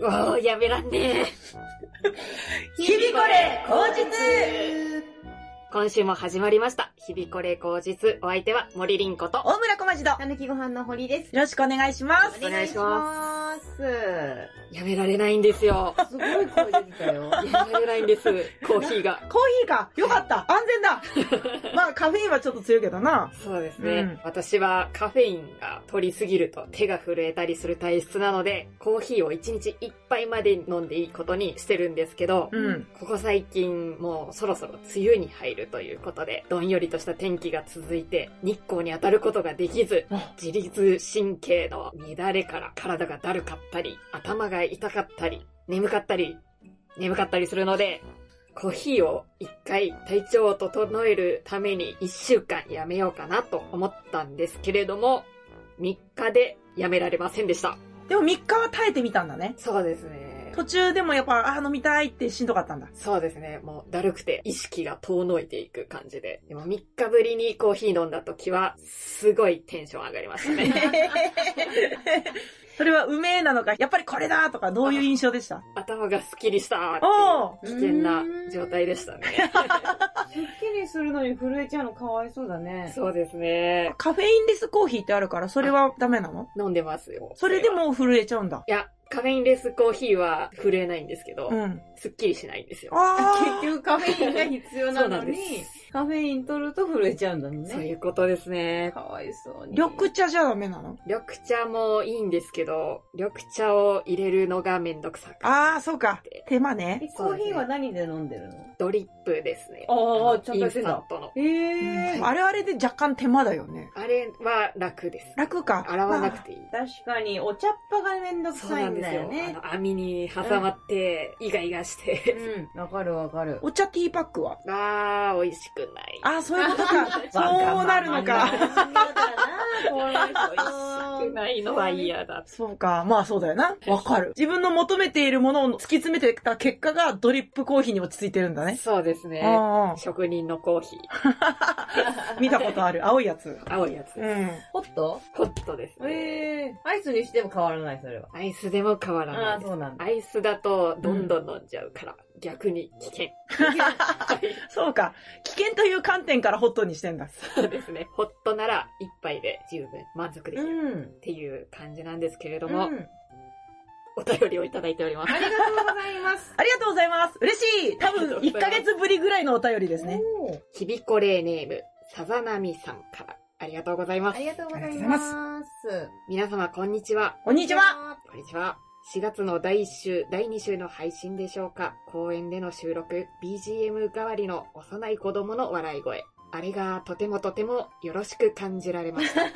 おー、やめらんねえ。 日々これ口実今週も始まりました。日々これ口実。お相手は森凛子と。大村こまじどよたぬきご飯の堀です。。ろしくお願いしますお願いしますやめられないんですよ。すごい声出てたよ。やめられないんです。コーヒーが。コーヒーかよかった安全 だまあカフェインはちょっと強いけどなそうですね、うん私はカフェインが取りすぎると手が震えたりする体質なので、コーヒーを1日1杯まで飲んでいいことにしてるんですけど、うんここ最近もうそろそろ梅雨に入るということで、どんよりとした天気が続いて、日光に当たることができず、自律神経の乱れから体がだるかったり、頭が痛かったり、眠かったり、眠かったりするので、コーヒーを一回体調を整えるために一週間やめようかなと思ったんですけれども、3日でやめられませんでした。でも3日は耐えてみたんだねそうですね。途中でもやっぱあー飲みたいってしんどかったん だそうですね。もうだるくて意識が遠のいていく感じで。でも3日ぶりにコーヒー飲んだ時は、すごいテンション上がりましたね。 それはうめえなのかやっぱりこれだとかどういう印象でした頭がスッキリしたーっていうおお危険な状態でしたね。すっきりするのに震えちゃうのかわいそうだね。 そうですね。カフェインレスコーヒーってあるからそれはダメなの飲んでますよ。それでもう震えちゃうんだいや、カフェインレスコーヒーは震えないんですけど、うんすっきりしないんですよ。あ結局カフェインが必要なそうのになんで、カフェイン取ると震えちゃうんだもんそういね。うことですね。かわいそうに。緑茶じゃダメなの緑茶もいいんですけど、緑茶を入れるのがめんどくさくてああ、そうかで。手間えね。コーヒーは何で飲んでるのドリップですね。あーのちゃんとやってんだインスタントの。えあれあれで若干手間だよね。あれは楽です。楽か。洗わなくていい。確かに、お茶っ葉がめんどくそうさいなんんでだすよよ。ね。あの、網に挟まって、イガイガして。うん。わかるわかる。お茶ティーパックは あー、美味しくない。ああ、そういう ことか。そうなるのか。美味しくないのは嫌だ。そうか。まあそうだよな。わかる。自分の求めているものを突き詰めてた結果がドリップコーヒーに落ち着いてるんだね。そうですね。あ職人のコーヒー。あ、見たことある。青いやつ。青いやつうです。ん。ホットホットですね。ええアイスにしても変わらない、それは。アイスでも変わらないああ、です。そうなんだ。アイスだとどんどん飲んじゃうから、逆に危険。 そうか。危険という観点からホットにしてんだ。そうですね。ホットなら一杯で十分満足できるんっ。ていう感じなんですけれどどうも、も。お便りをいただいておりますあ。りがとうございます。ありがとうございます。嬉しい。多ありがと分うござい1ますヶ月ぶりぐらいのお便りですね。おーひびこれネーム、さざなみさんから。ありがとうございまあす。りがとうございありがまとうす。皆様、こんにちは。こんにちは。こんにちは。4月の第1週、第2週の配信でしょうか。公園での収録、BGM 代わりの幼い子供の笑い声。あれがとてもとてもよろしく感じられました。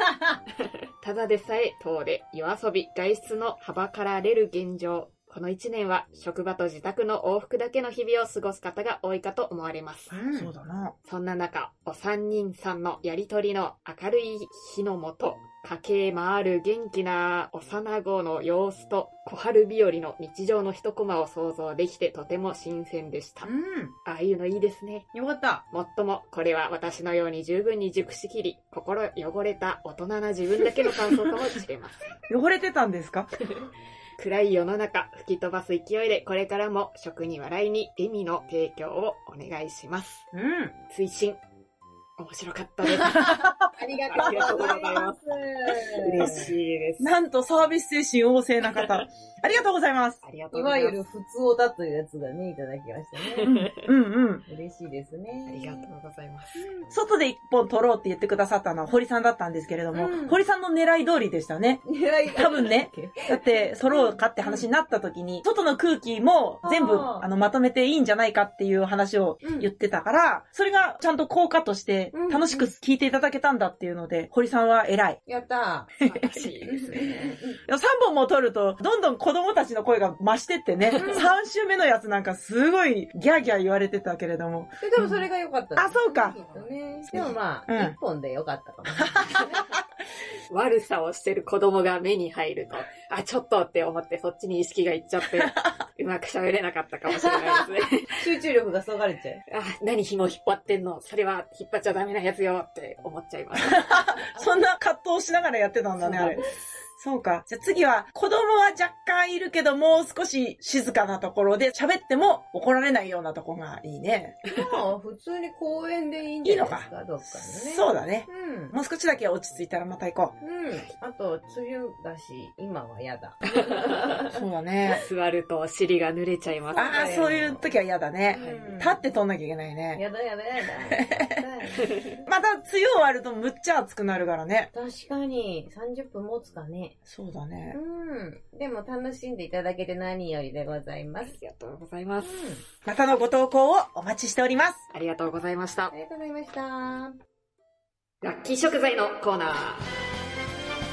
ただでさえ遠出、夜遊び、外出のはばかられる現状。この1年は職場と自宅の往復だけの日々を過ごす方が多いかと思われます。うんそうだな。そんな中、お三人さんのやりとりの明るい日のもと、駆け回る元気な幼子の様子と、小春日和の日常の一コマを想像できてとても新鮮でした。うん。ああいうのいいですね。よかった。もっとも、これは私のように十分に熟しきり、心汚れた大人な自分だけの感想かもしれません。汚れてたんですか暗い世の中、吹き飛ばす勢いで、これからも食に笑いに笑みの提供をお願いします。 うん。推進。面白かったです。ありがとうございます。 嬉しいです。なんとサービス精神旺盛な方。 ありがとうございます。ありがとういござわいまゆす。る普通おだというやつがね、いただきましたね。うんうん。嬉しいですね。ありがと うございます。外で一本取ろうって言ってくださったのは堀さんだったんですけれども、うん堀さんの狙い通りでしたね。狙いが多分ね。だって、揃ろうかって話になった時に、外の空気も全部、あーあの、まとめていいんじゃないかっていう話をうん言ってたから、それがちゃんと効果としてうん、楽しく聞いていただけたんだっていうので、堀さんは偉い。やった素晴らしいですね。 3本も取ると、どんどん子供たちの声が増してってね、うん3週目のやつなんかすごいギャーギャー言われてたけれども、ー。で、多分それが良かった。あそうかきっとね。でもまうんあ、一本で良かったかも。 悪さをしてる子供が目に入ると、あ、ちょっとって思ってそっちに意識がいっちゃ って、うまく喋れなかったかもしれないですね。 集中力がそがれちゃあ、う。何紐引っ張ってんのそれは引っ 張っちゃダメなやつよって思っちゃいます。そんな葛藤しながらやってたんだね、あれ。そうか。じゃあ次は、子供は若干いるけど、もう少し静かなところで、喋っても怒られないようなとこがいいね。まあ、普通に公園でいいんじゃないですか、どっかのね。そうだね。うん。もう少しだけ落ち着いたらまた行こうん。あと、梅雨だし、今は嫌 だ。う。そうだね。座るとお尻が濡れちゃいます。ああ、そういう時は嫌だね。うん立って撮んなきゃいけないね。やだやだやだ。 また、梅雨終わるとむっちゃ暑くなるからね。確かに、30分持つかね。そうだね。うん。でも楽しんでいただけて何よりでございまあす。りがとうございます。またのご投稿をお待ちしております。ありがとうございましあた。りがとうございました。ラッキー食材のコーナー。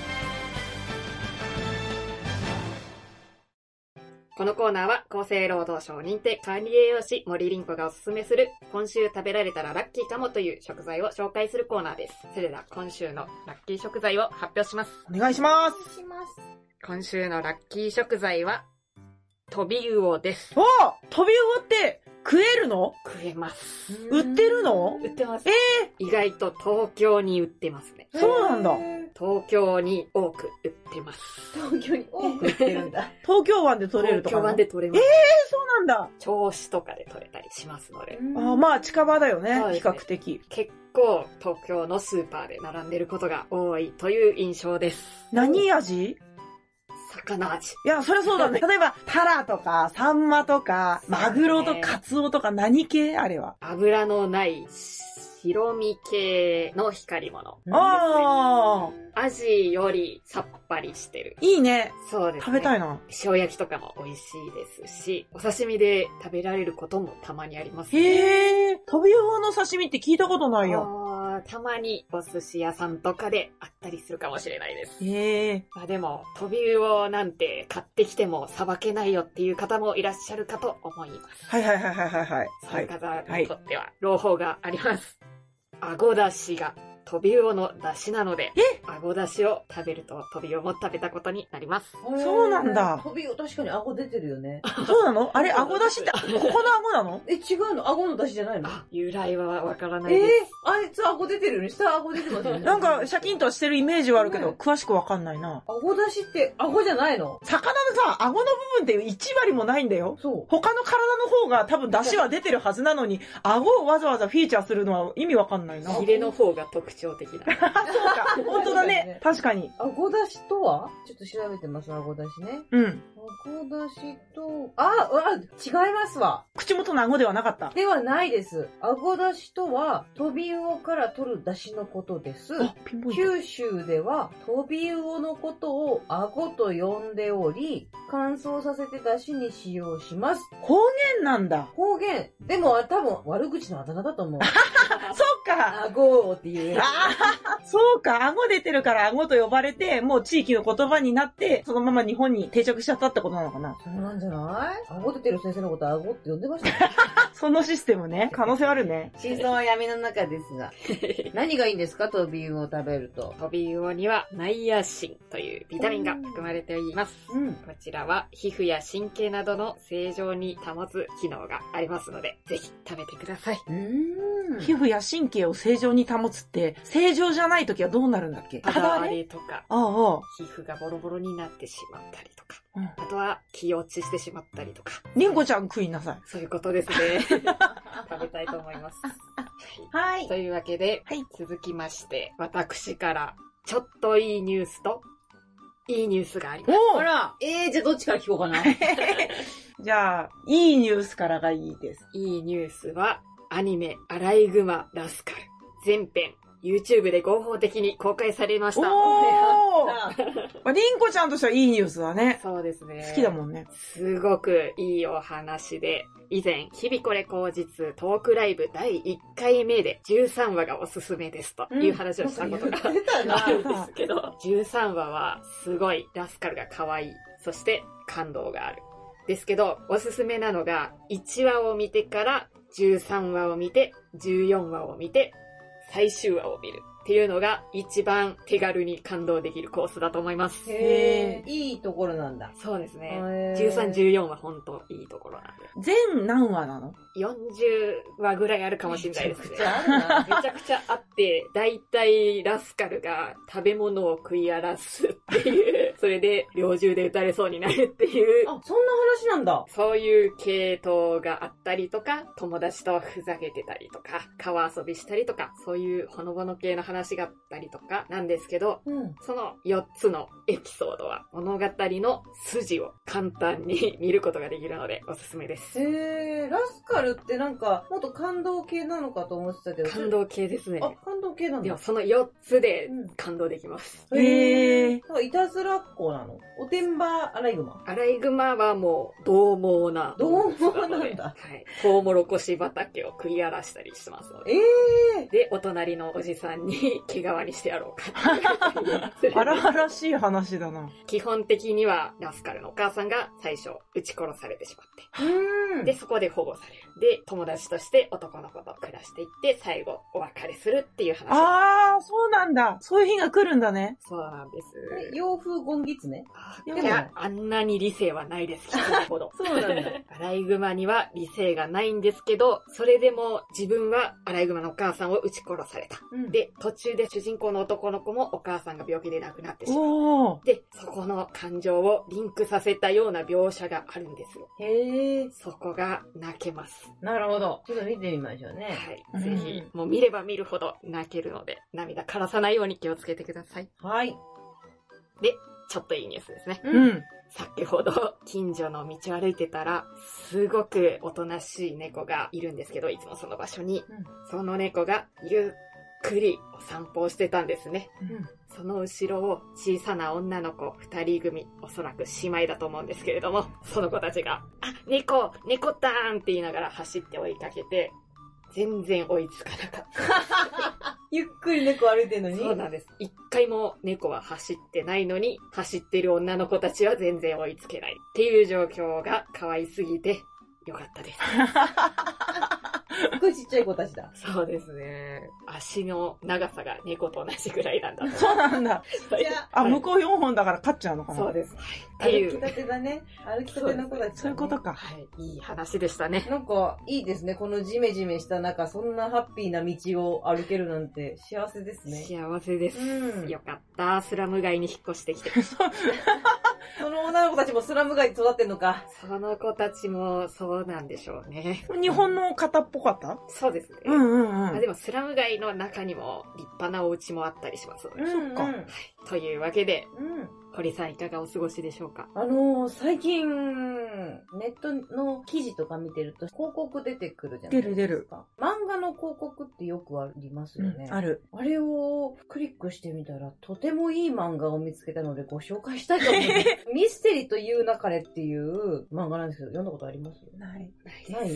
このコーナーは厚生労働省認定管理栄養士森凛子がおすすめする今週食べられたらラッキーかもという食材を紹介するコーナーです。それでは今週のラッキー食材を発表します。お願いします。失礼します。今週のラッキー食材はトビウオです。おー飛び魚って食えるの食えます。売ってるの売ってます。え意外と東京に売ってますね。そうなんだへー東京に多く売ってます。東京に多く売ってるんだ。東京湾で取れるとか東京な湾で取れます。えそうなんだ。調子とかで取れたりしますので、 あーまあ近場だよねそう、で比すね較的。結構東京のスーパーで並んでることが多いという印象です。何味魚味。いや、そりゃそう だね。例えば、タラとか、サンマとか、マグロとカツオとか何系あれは。油のない白身系の光り物。うんああ、アジよりさっぱりしてる。いいね。そうです、食ね。べたい。いな。塩焼きとかも美味しいですし、お刺身で食べられることもたまにあります、へえ、飛び魚の刺身って聞いたことないよ。あーたまにお寿司屋さんとかであったりするかもしれないです。へえ、まあでも、トビウオなんて買ってきてもさばけないよっていう方もいらっしゃるかと思います。はいはいはいはいはいはい。そうはいうい。方にとっては、朗報があります。あごだしがトビウオのだしなので、あごだしを食べるとトビウオも食べたことになります。そうなんだ飛びを確かに顎出てるよね。そうなのあれ、顎出しって、ここの顎なのえ、違うの顎の出しじゃないのあ、由来はわからなえいーです。、あいつ顎出てるよね。下顎出てますよね。なんか、シャキンとしてるイメージはあるけど、うん詳しくわかんないな。顎出しって顎じゃないの魚のさ、顎の部分って1割もないんだよ。そ他の体の方が多分出汁は出てるはずなのに、顎をわざわざフィーチャーするのは意味わかんないな。あ、そヒうレの方が特徴的な。か。本当だね。確かに。う。顎出しとはちょっと調べてます、顎出しね。うん。顎出しと、あ、あ、違いますわ。口元の顎ではなかった。ではないです。顎出しとは、トビウオから取る出汁のことです。あ、ピンポイント。九州では、トビウオのことを顎と呼んでおり、乾燥させて出汁に使用します。方言なんだ。方言。でも、多分、悪口のあだ名だと思う。そっか。顎っていう。ああ、そうか。顎出てるから顎と呼ばれて、もう地域の言葉になって、そのまま日本に定着しちゃったってことなのかな。そうなんじゃない顎出てる先生のこと顎って呼んでましたよ。そのシステムね。可能性あるね。真相は闇の中です が。何がいいんですかトビウオを食べると。トビウオにはナイアシンというビタミンが含まれています。うん。こちらは皮膚や神経などの正常に保つ機能がありますので、ぜひ食べてください。うん。皮膚や神経を正常に保つって、正常じゃない時はどうなるんだっけ肌荒あれとか、あああ、皮膚がボロボロになってしまったりとか、うんあとは気落ちしてしまったりとか、りんごちゃん食いなさい。そういうことです ね。食べたいと思います。は、はいと。いうわけで、はい続きまして、私からちょっといいニュースと、いいニュースがあります。おあうら、えー、じゃあどっちから聞こうかな。じゃあ、いいニュースからがいいです。いいニュースは、アニメ、アライグマ、ラスカル、全編、YouTube で合法的に公開されましおた。おさありんこちゃんとしてはいいニュースだね。そうですね。好きだもんね。すごくいいお話で、以前、日々これ口実トークライブ第1回目で13話がおすすめですという話をしたことが言ってたなあるんですけど、13話はすごいラスカルが可愛い。そして感動がある。ですけど、おすすめなのが、1話を見てから13話を見て、14話を見て、最終話を見る。っていうのが一番手軽に感動できるコースだと思います。へえ、いいところなんだ。そうですね。へー13、14は本当いいところなんで。全何話な の40話ぐらいあるかもしれないですねめ。ちゃ くちゃあるな。めちゃくちゃあって、だいたいラスカルが食べ物を食い荒らすっていう それで猟銃で撃たれそうになるっていう、あ、そんな話なんだ。そういう系統があったりとか、友達とふざけてたりとか、川遊びしたりとか、そういうほのぼの系の話があったりとかなんですけど、うん。その4つのエピソードは物語の筋を簡単に見ることができるのでおすすめです。えー、ラスカルってなんか、もっと感動系なのかと思ってたけど。感動系ですねあ。、感動系なんでもだ。その4つでうん感動できます。へーなんかいたずらっ子なの。おてんばアライグマ。アライグマはもう、獰猛な動物なので。獰猛なんだはい。トウモロコシ畑を食い荒らしたりしてますので。ええで、お隣のおじさんに毛皮にしてやろうかっていう。それで荒々しい話だな。基本的には、ラスカルのお母さんが最初、撃ち殺されてしまって。ー。うん。で、そこで保護される。で、友達として男の子と暮らしていって、最後、お別れするっていう話。ああ、そうなんだ。そういう日が来るんだね。そうなんです。洋風ゴンギツネでもいや、あんなに理性はないです、聞くほど。そうなんだ。アライグマには理性がないんですけど、それでも自分はアライグマのお母さんを撃ち殺された。うん、で、途中で主人公の男の子もお母さんが病気で亡くなってしまう。おー。で、そこの感情をリンクさせたような描写があるんですよ。 へえ。そこが泣けます。なるほど。ちょっと見てみましょうね。はうい。んぜひ、もう見れば見るほど泣けるので、涙枯らさないように気をつけてください。はい。ちょっといいニュースですね。うう。ん。先ほど、近所の道を歩いてたら、すごくおとなしい猫がいるんですけど、いつもその場所に。うんその猫が、ゆっくりお散歩をしてたんですね。その後ろを小さな女の子二人組、おそらく姉妹だと思うんですけれども、その子たちが、あ、猫猫たーんって言いながら走って追いかけて、全然追いつかなかった。ゆっくり猫歩いてるのに。そうなんです。一回も猫は走ってないのに、走ってる女の子たちは全然追いつけないっていう状況が可愛すぎて、よかったです。すっごいちっちゃい子たちだ。そうですね。足の長さが猫と同じぐらいなんだと。 そうなんだ。じゃあ、はい向こう4本だから勝っちゃうのかな。そうです。あ、はいってい歩きう、たてだね。歩きたての子たちだ、ね。そういうことか。はい、いい話でしたね。なんか、いいですね。このジメジメした中、そんなハッピーな道を歩けるなんて幸せですね。幸せです。うん。よかった。スラム街に引っ越して きて。その女の子たちもスラム街で育ってんのか。その子たちもそうなんでしょうね。日本の方っぽかったそうですね。うんうんうあんで。もスラム街の中にも立派なお家もあったりしますのでうん、うん。かというわけで、うん。堀さんいかがお過ごしでしょうかあのー最近、ネットの記事とか見てると、広告出てくるじゃないですか。出る出る漫画の広告ってよくありますよね。うんある。あれをクリックしてみたら、とてもいい漫画を見つけたのでご紹介したいと思います。 ミステリーというなかれっていう漫画なんですけど、読んだことありますない。ない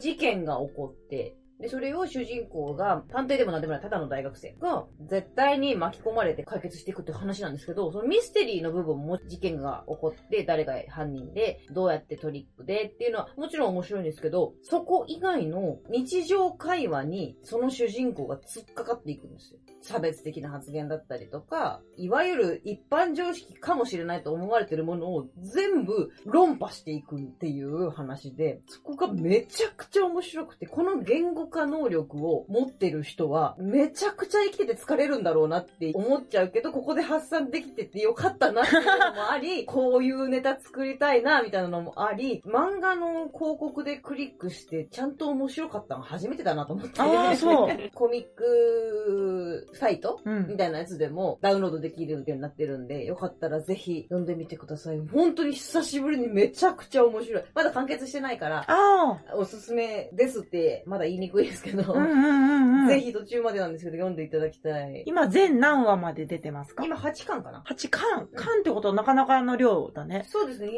事件が起こって、で、それを主人公が、探偵でも何でもない、ただの大学生が、絶対に巻き込まれて解決していくっていう話なんですけど、そのミステリーの部分も事件が起こって、誰が犯人で、どうやってトリックでっていうのは、もちろん面白いんですけど、そこ以外の日常会話に、その主人公が突っかかっていくんですよ。差別的な発言だったりとか、いわゆる一般常識かもしれないと思われてるものを全部論破していくっていう話で、そこがめちゃくちゃ面白くて、この言語化能力を持ってる人は、めちゃくちゃ生きてて疲れるんだろうなって思っちゃうけど、ここで発散できててよかったなっていうのもあり、こういうネタ作りたいなみたいなのもあり、漫画の広告でクリックして、ちゃんと面白かったの初めてだなと思って。ああ、そう。コミックサイトうんみたいなやつでもダウンロードできるようになってるんで、よかったらぜひ読んでみてください。本当に久しぶりにめちゃくちゃ面白い。まだ完結してないから、あおすすめですって、まだ言いにくいですけど、あ。うんうんうんうん。ぜひ途中までなんですけど読んでいただきたい。今、全何話まで出てますか今8巻かな8巻。巻ってことはなかなかの量だね。そうですね、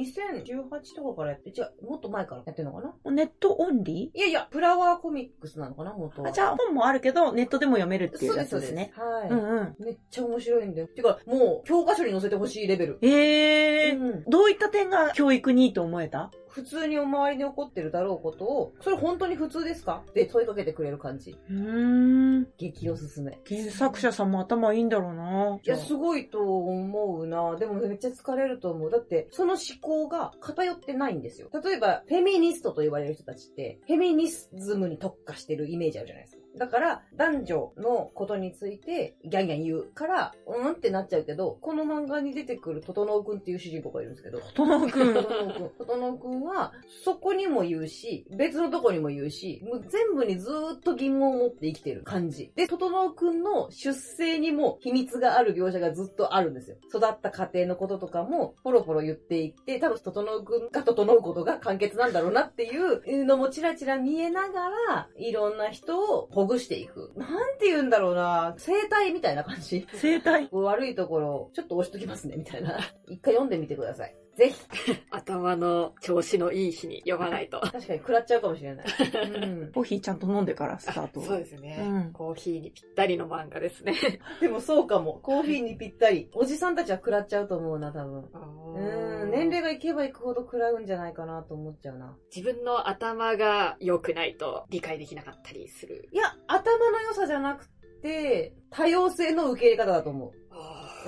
2018とかからやって、じゃもっと前からやってるのかなネットオンリいやいや、フラワーコミックスなのかな元ーはあじゃあ本もあるけど、ネットでも読めるっていそううでやす、つそうでですす。ね。はい。うんうん。めっちゃ面白いんだよ。てか、もう、教科書に載せてほしいレベル。ええー。うんどういった点が教育にいいと思えた普通にお周りに起こってるだろうことを、それ本当に普通ですかって問いかけてくれる感じ。うーん。激おすすめ。原作者さんも頭いいんだろうないや、すごいと思うなでもめっちゃ疲れると思う。だって、その思考が偏ってないんですよ。例えば、フェミニストと言われる人たちって、フェミニズムに特化してるイメージあるじゃないですか。だから、男女のことについてギャンギャン言うから、うんってなっちゃうけど、この漫画に出てくるトトノオくんっていう主人公がいるんですけど、トノくトん。トノオく ん。トトノオくんは、そこにも言うし、別のとこにも言うし、もう全部にずーっと疑問を持って生きてる感じ。で、トトノオくんの出生にも秘密がある描写がずっとあるんですよ。育った家庭のこととかも、ポロポロ言っていって、多分トトノオくんが整うことが簡潔なんだろうなっていうのもちらちら見えながら、いろんな人をほぐしていく。なんて言うんだろうな生態みたいな感じ。生態。悪いところ、ちょっと押しときますね、みたいな。一回読んでみてください。ぜひ。頭の調子のいい日に読ま ないと。確かに食らっちゃうかもし れない。うん、コーヒーちゃんと飲んでからスタート。そうですね、うんコーヒーにぴったりの漫画ですね。でもそうかも。コーヒーにぴったり。おじさんたちは食らっちゃうと思うな、多分。うん、年齢がいけばいくほど食らうんじゃないかなと思っちゃうな。自分の頭が良くないと理解できなかったりする。いや、頭の良さじゃなくて、多様性の受け入れ方だと思う。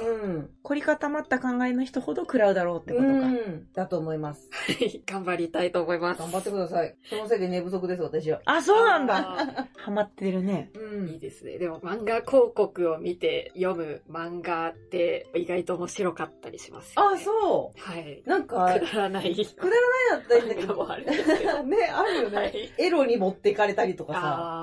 うん。凝り固まった考えの人ほど食らうだろうってことうか。ん。だと思います。はい 頑張りたいと思います。頑張ってください。そのせいで寝不足です、私は。あ、そうなんだ。だ。ハマってるね。ういいですね。でも漫画広告を見て読む漫画って意外と面白かったりしますよ、あ、ね。そうはい。う。なんか、くだらない。くだらないだったりだけ漫画どもあるんですけ ど。ね、あるよね。はい。エロに持っていかれたりとかさ、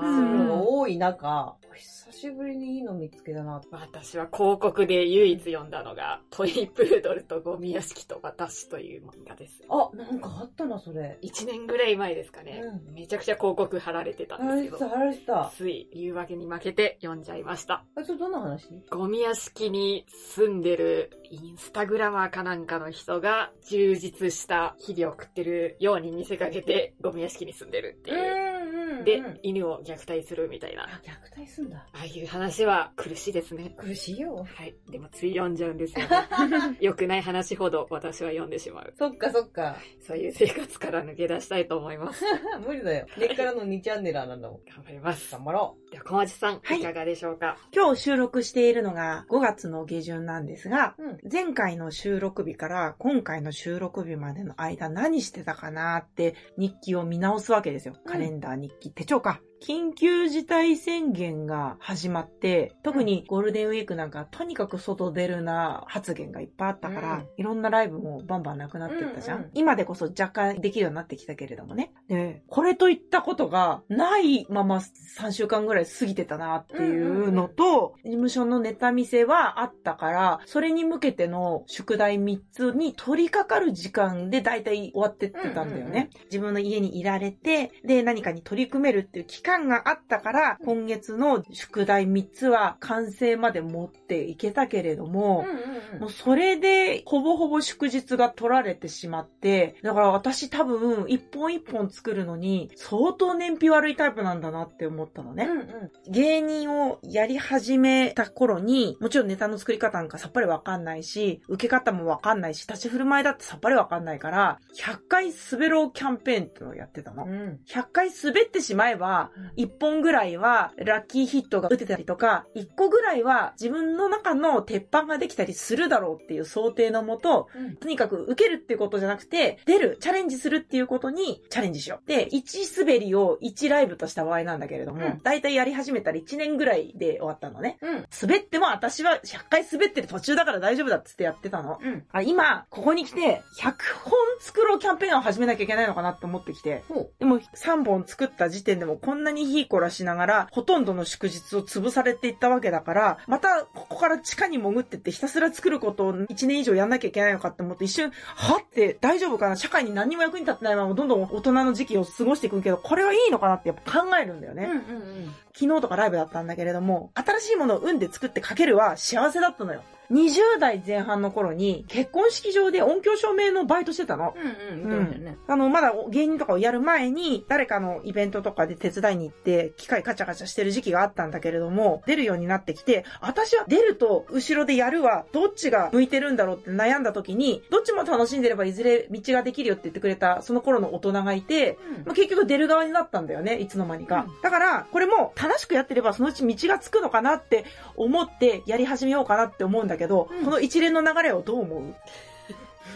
あーそうーいうのが多い中、久しぶりにいいの見つけたな。私は広告で唯一読んだのが、トイプードルとゴミ屋敷と私という漫画です。あ、なんかあったな、それ。 1年ぐらい前ですかね。うめちゃくちゃ広告貼られてたあんらですしけた、ど。あらした。つい言うわけに負けて読んじゃいました。あ、ちょ、どんな話ゴミ屋敷に住んでるインスタグラマーかなんかの人が充実した日々を送ってるように見せかけてゴミ屋敷に住んでるっていう。んで、犬を虐待するみたいな。ああ、虐待すんだ。あいう話は苦しいですね。苦しいよ。はい。でもつい読んじゃうんですよね。 良くない話ほど私は読んでしまう。そっかそっか。そういう生活から抜け出したいと思います。無理だよ。根っからの2チャンネラーなんだもん。頑張ります。頑張ろでは、小町さん、はいいかがでしょう か今日収録しているのが5月の下旬なんですが、う。うん。前回の収録日から今回の収録日までの間何してたかなって日記を見直すわけですよ。うんカレンダー日記、手帳か。緊急事態宣言が始まって、特にゴールデンウィークなんかとにかく外出るな発言がいっぱいあったから、うんいろんなライブもバンバンなくなってったじゃん。うんうん今でこそ若干できるようになってきたけれどもね。で、これといったことがないまま3週間ぐらい過ぎてたなっていうのと、事務所のネタ見せはあったから、それに向けての宿題3つに取り掛かる時間で大体終わってってたんだよね。うんうんうん自分の家にいられて、で、何かに取り組めるっていう期間があったから、今月の宿題3つは完成まで持っていけたけれども、うんもうそれで、ほぼほぼ祝日が取られてしまって、だから私多分、一本一本作るのに、相当燃費悪いタイプなんだなって思ったのね。うんうん。芸人をやり始めた頃に、もちろんネタの作り方なんかさっぱりわかんないし、受け方もわかんないし、立ち振る舞いだってさっぱりわかんないから、100回滑ろうキャンペーンってのをやってたの。うん。 100回滑ってしまえば、1本ぐらいはラッキーヒットが打てたりとか、1個ぐらいは自分の中の鉄板ができたりするだろうっていう想定のもと、うんとにかく受けるっていうことじゃなくて、出る、チャレンジするっていうことにチャレンジしよう。で、1滑りを1ライブとした場合なんだけれども、うんだいたいやり始めたら1年ぐらいで終わったのね。うん。滑っても私は100回滑ってる途中だから大丈夫だっつってやってたの。うん。あ今、ここに来て、100本作ろうキャンペーンを始めなきゃいけないのかなって思ってきて、ほう。でも3本作った時点でもこんなに火こらしながら、ほとんどの祝日を潰されていったわけだから、またここから地下に潜ってってひたすら作ることを1年以上やんなきゃいけないのかって思って一瞬、はって大丈夫かな社会に何にも役に立ってないままどんどん大人の時期を過ごしていくけど、これはいいのかなってやっぱ考えるんだよね。うんうん昨日とかライブだったんだけれども、新しいものを運で作ってかけるは幸せだったのよ。20代前半の頃に結婚式場で音響証明のバイトしてたの。うん。うんうん。言ってましたよね。あの、まだ芸人とかをやる前に、誰かのイベントとかで手伝いに行って、機械カチャカチャしてる時期があったんだけれども、出るようになってきて、私は出ると後ろでやるは、どっちが向いてるんだろうって悩んだ時に、どっちも楽しんでればいずれ道ができるよって言ってくれた、その頃の大人がいて、まあ、結局出る側になったんだよね、いつの間にか。だから、これも楽しくやってればそのうち道がつくのかなって思って、やり始めようかなって思うんだけど、うんこの一連の流れをどう思う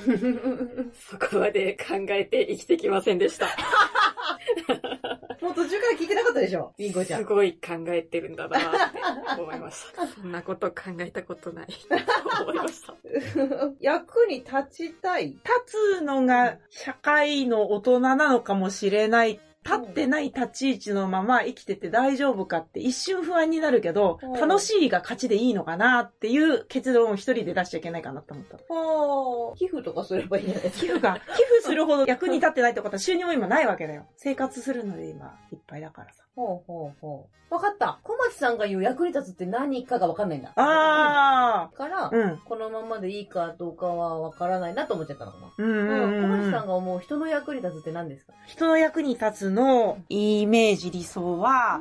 うん。そこまで考えて生きてきませんでした。もう途中から聞いてなかったでしょビンゴちゃすん。ごい考えてるんだなって思いました。 そんなこと考えたことないと 思いま した。 役に立ちたい。立つのが社会の大人なのかもしれない。立ってない立ち位置のまま生きてて大丈夫かって一瞬不安になるけどうん、楽しいが勝ちでいいのかなっていう結論を一人で出しちゃいけないかなと思った。はあ。寄付とかすればいいんじゃないです寄付が、寄付するほど役に立ってないってことは収入も今ないわけだよ。生活するので今いっぱいだからさ。ほうほうほう。わかった。小町さんが言う役に立つって何かがわかんないんだ。あだから、ーうん。このままでいいかどうかはわからないなと思っちゃったのかな。うんううんうんん。小う町んさんが思う人の役に立つって何ですか人の役に立つのイメージ理想は、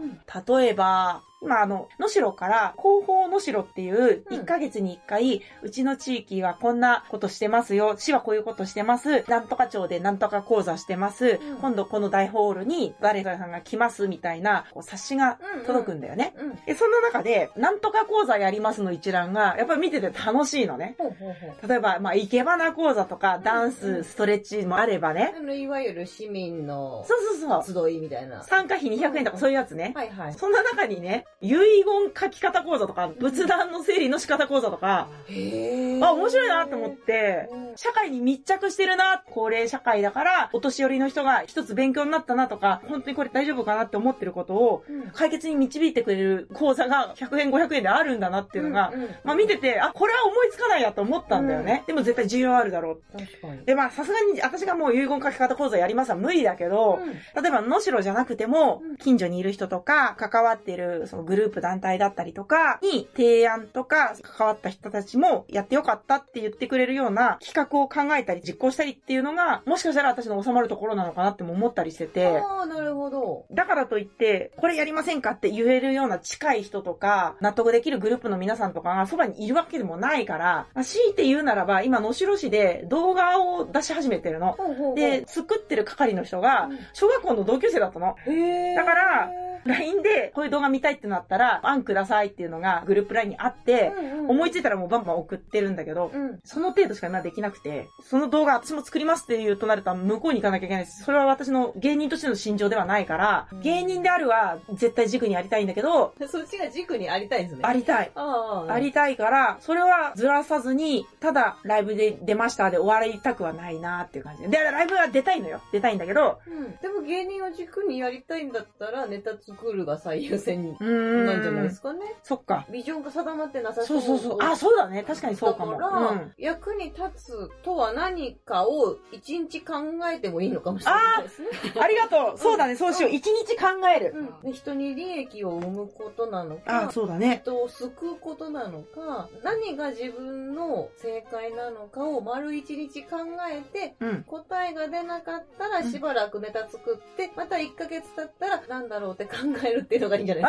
例えば、今あの、能代から広報能代っていううん1ヶ月に1回、うちの地域はこんなことしてますよ、市はこういうことしてます、なんとか町でなんとか講座してます、うん今度この大ホールに誰々さんが来ますみたいなこう冊子がうんうん届くんだよね。うん。ほでその中で、なんとか講座やりますの一覧が、やっぱり見てて楽しいのね。うほうほう。例えば、まあ、生け花講座とか、ダンうんうんス、ストレッチもあればねあ。の、いわゆる市民のそうそうそう。集いみたいな。参加費200円とかそういうやつね。はいはい。そんな中にね、遺言書き方講座とか、仏壇の整理の仕方講座とか、へあ、面白いなと思って、社会に密着してるな、高齢社会だから、お年寄りの人が一つ勉強になったなとか、本当にこれ大丈夫かなって思ってることを、解決に導いてくれる講座が100円500円であるんだなっていうのが、んんまあ見てて、あ、これは思いつかないやと思ったんだよね。でも絶対需要あるだろう。確かに。で、まあさすがに私がもう遺言書き方講座やりますは無理だけど、例えば、能代じゃなくてもうん、近所にいる人とか、関わってる、そのグループ団体だったりとか、に提案とか、関わった人たちも、やってよかったって言ってくれるような企画を考えたり、実行したりっていうのが、もしかしたら私の収まるところなのかなっても思ったりしてて、ああ、なるほど。だからといって、これやりませんかって言えるような近い人とか、納得できるグループの皆さんとかがそばにいるわけでもないから、まあ強いて言うならば、今、能代市で動画を出し始めてるの。ほうほうほうで、、作ってる係の人が、小学校の同級生だったの。へーだから、LINE でこういう動画見たいってなったら、案くださいっていうのがグループ LINE にあって、思いついたらもうバンバン送ってるんだけど、うん。その程度しか今できなくて、その動画私も作りますっていうとなると向こうに行かなきゃいけないし、それは私の芸人としての心情ではないからうん、芸人であるは絶対軸にありたいんだけど、 そっちが軸にありたいんですね。ありたい。ああ。ありたいから、それはずらさずに、ただライブで出ましたで終わりたくはないなっていう感じで。で、ライブは出たいのよ。出たいんだけど、うん。でも芸人を軸にやりたいんだったら、ネタ作るが最優先にうーん。なんじゃないですかね。そっか。ビジョンが定まってなさそうそうそう。あ、そうだね。確かにそうかも。だから、うん。役に立つとは何かを一日考えてもいいのかもしれないですね。ありがとう。そうだね、そうしよう。一日考える。うんで人に利益を生むことなのあか、そうだね。人を救うことなのか、何が自分の正解なのかを丸一日考えて、うん。答えが出なかったらしばらくネタ作って、また1ヶ月経ったら何だろうって考えるっていうのがいいんじゃないあ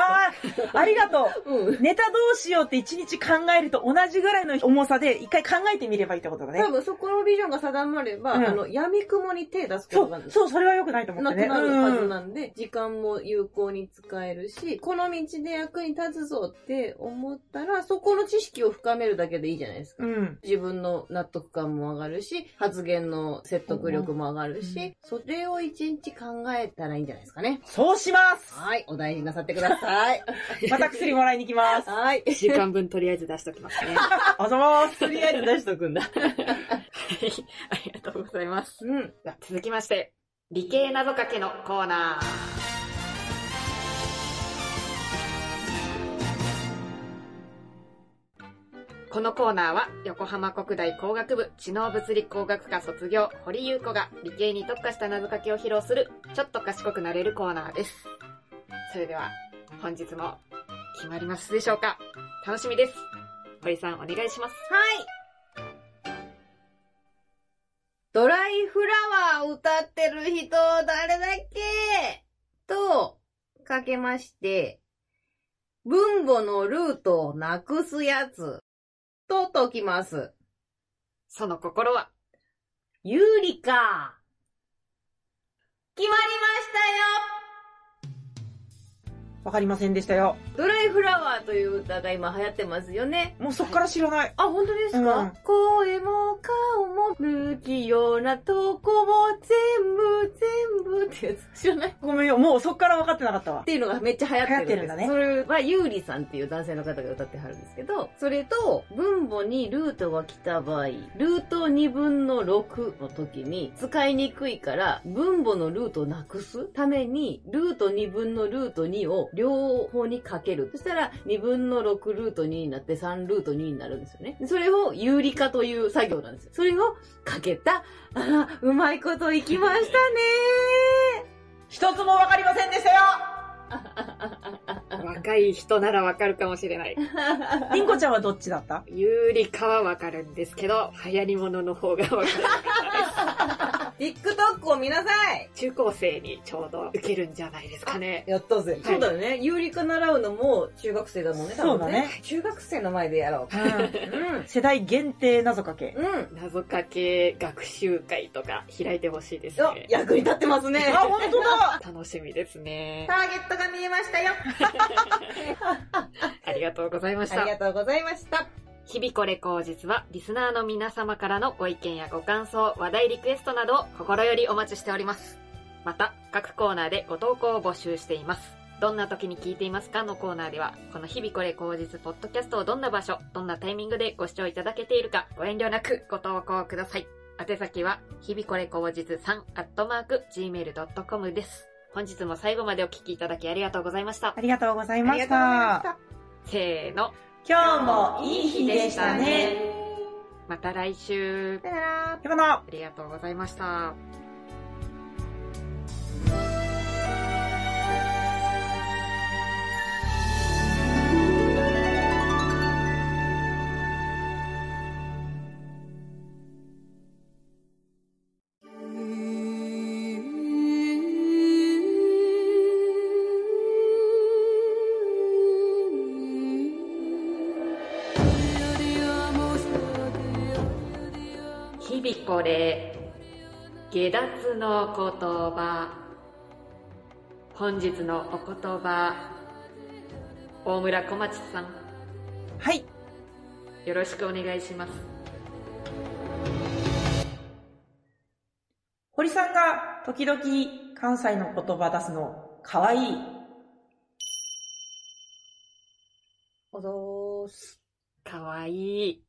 あ、ありがとですか。 うんう。。ネタどうしようって一日考えると同じぐらいの重さで一回考えてみればいいってことだね多。分そこのビジョンが定まれば、うんあの、闇雲に手出すこそとがう、そう、それは良くないと思っなてくね。なるはずうん。なんで、時間も有効に使えるし、この道で役に立つぞって思ったら、そこの知識を深めるだけでいいじゃないですか。うん。自分の納得感も上がるし、発言の説得力も上がるし、うんそれを一日考えたらいいんじゃないですかね。そうしますはい、お大事になさってください。また薬もらいに行き ます。はい。 1週間分とりあえず出しときます ね。あざます。とりあえず出しとくんだ。はい、ありがとうございます。うん。では続きまして、理系謎かけのコーナー。このコーナーは横浜国大工学部知能物理工学科卒業堀優子が理系に特化した謎かけを披露するちょっと賢くなれるコーナーです。それでは本日も決まりますでしょうか楽しみです。堀さんお願いします。はい。ドライフラワーを歌ってる人、誰だっけと、かけまして、分母のルートをなくすやつ、と解きます。その心は有利か。決まりわかりませんでしたよ。ましたよドライフラワーという歌が今流行ってますよね。もうそっから知らない。あ、本当ですか、うん声も顔も不器用なとこも全部全部ってやつ知らないっごめんよ、もうそっから分かってなかったわ。ていうのがめっちゃ流行って流る行ってるんだねそれはユーリさんっていう男性の方が歌ってはるんですけど、それと分母にルートが来た場合、ルート2分の6の時に使いにくいから分母のルートをなくすためにルート2分のルート2を両方にかける。そしたら2分の6ルート2になって3ルート2になるんですよね。それを有理化という作業なんですよ。それをかけた、あら、うまいこといきましたね一つも分かりませんで したよ若い人ならわかるかもしれない。りんこちゃんはどっちだった有利かはわかるんですけど、流行り物の方がわかる。 TikTok を見なさい中高生にちょうど受けるんじゃないですかね。やったぜ。そうだよね。有理化習うのも中学生だもんね、多分そうだね中学生の前でやろうんう。う世代限定謎かけ。ん。うん。謎かけ学習会とか開いてほしいですおね。役に立ってますねあ、。本当だ楽しみですね タ。ーゲットが見えましたよ。ありがとうございましたあり。がとうございました。日々これ口実は、リスナーの皆様からのご意見やご感想、話題リクエストなどを心よりお待ちしております。また、各コーナーでご投稿を募集しています。どんな時に聞いていますかのコーナーでは、この日々これ口実ポッドキャストをどんな場所、どんなタイミングでご視聴いただけているか、ご遠慮なくご投稿ください。宛先は、日々これ口実3、アットマーク、gmail.com です。本日も最後までお聞きいただきありがとうございましたあ。りがとうございましありた。がとうせーの、今日もいい日でしたね。また来週。ございました。ささよよなら。ならありがとうございました。日々これ下脱の言葉本日のお言葉大村小町さんはい。よろしくお願いします堀さんが時々関西の言葉出すの、かわいい。おぞーす。かわいい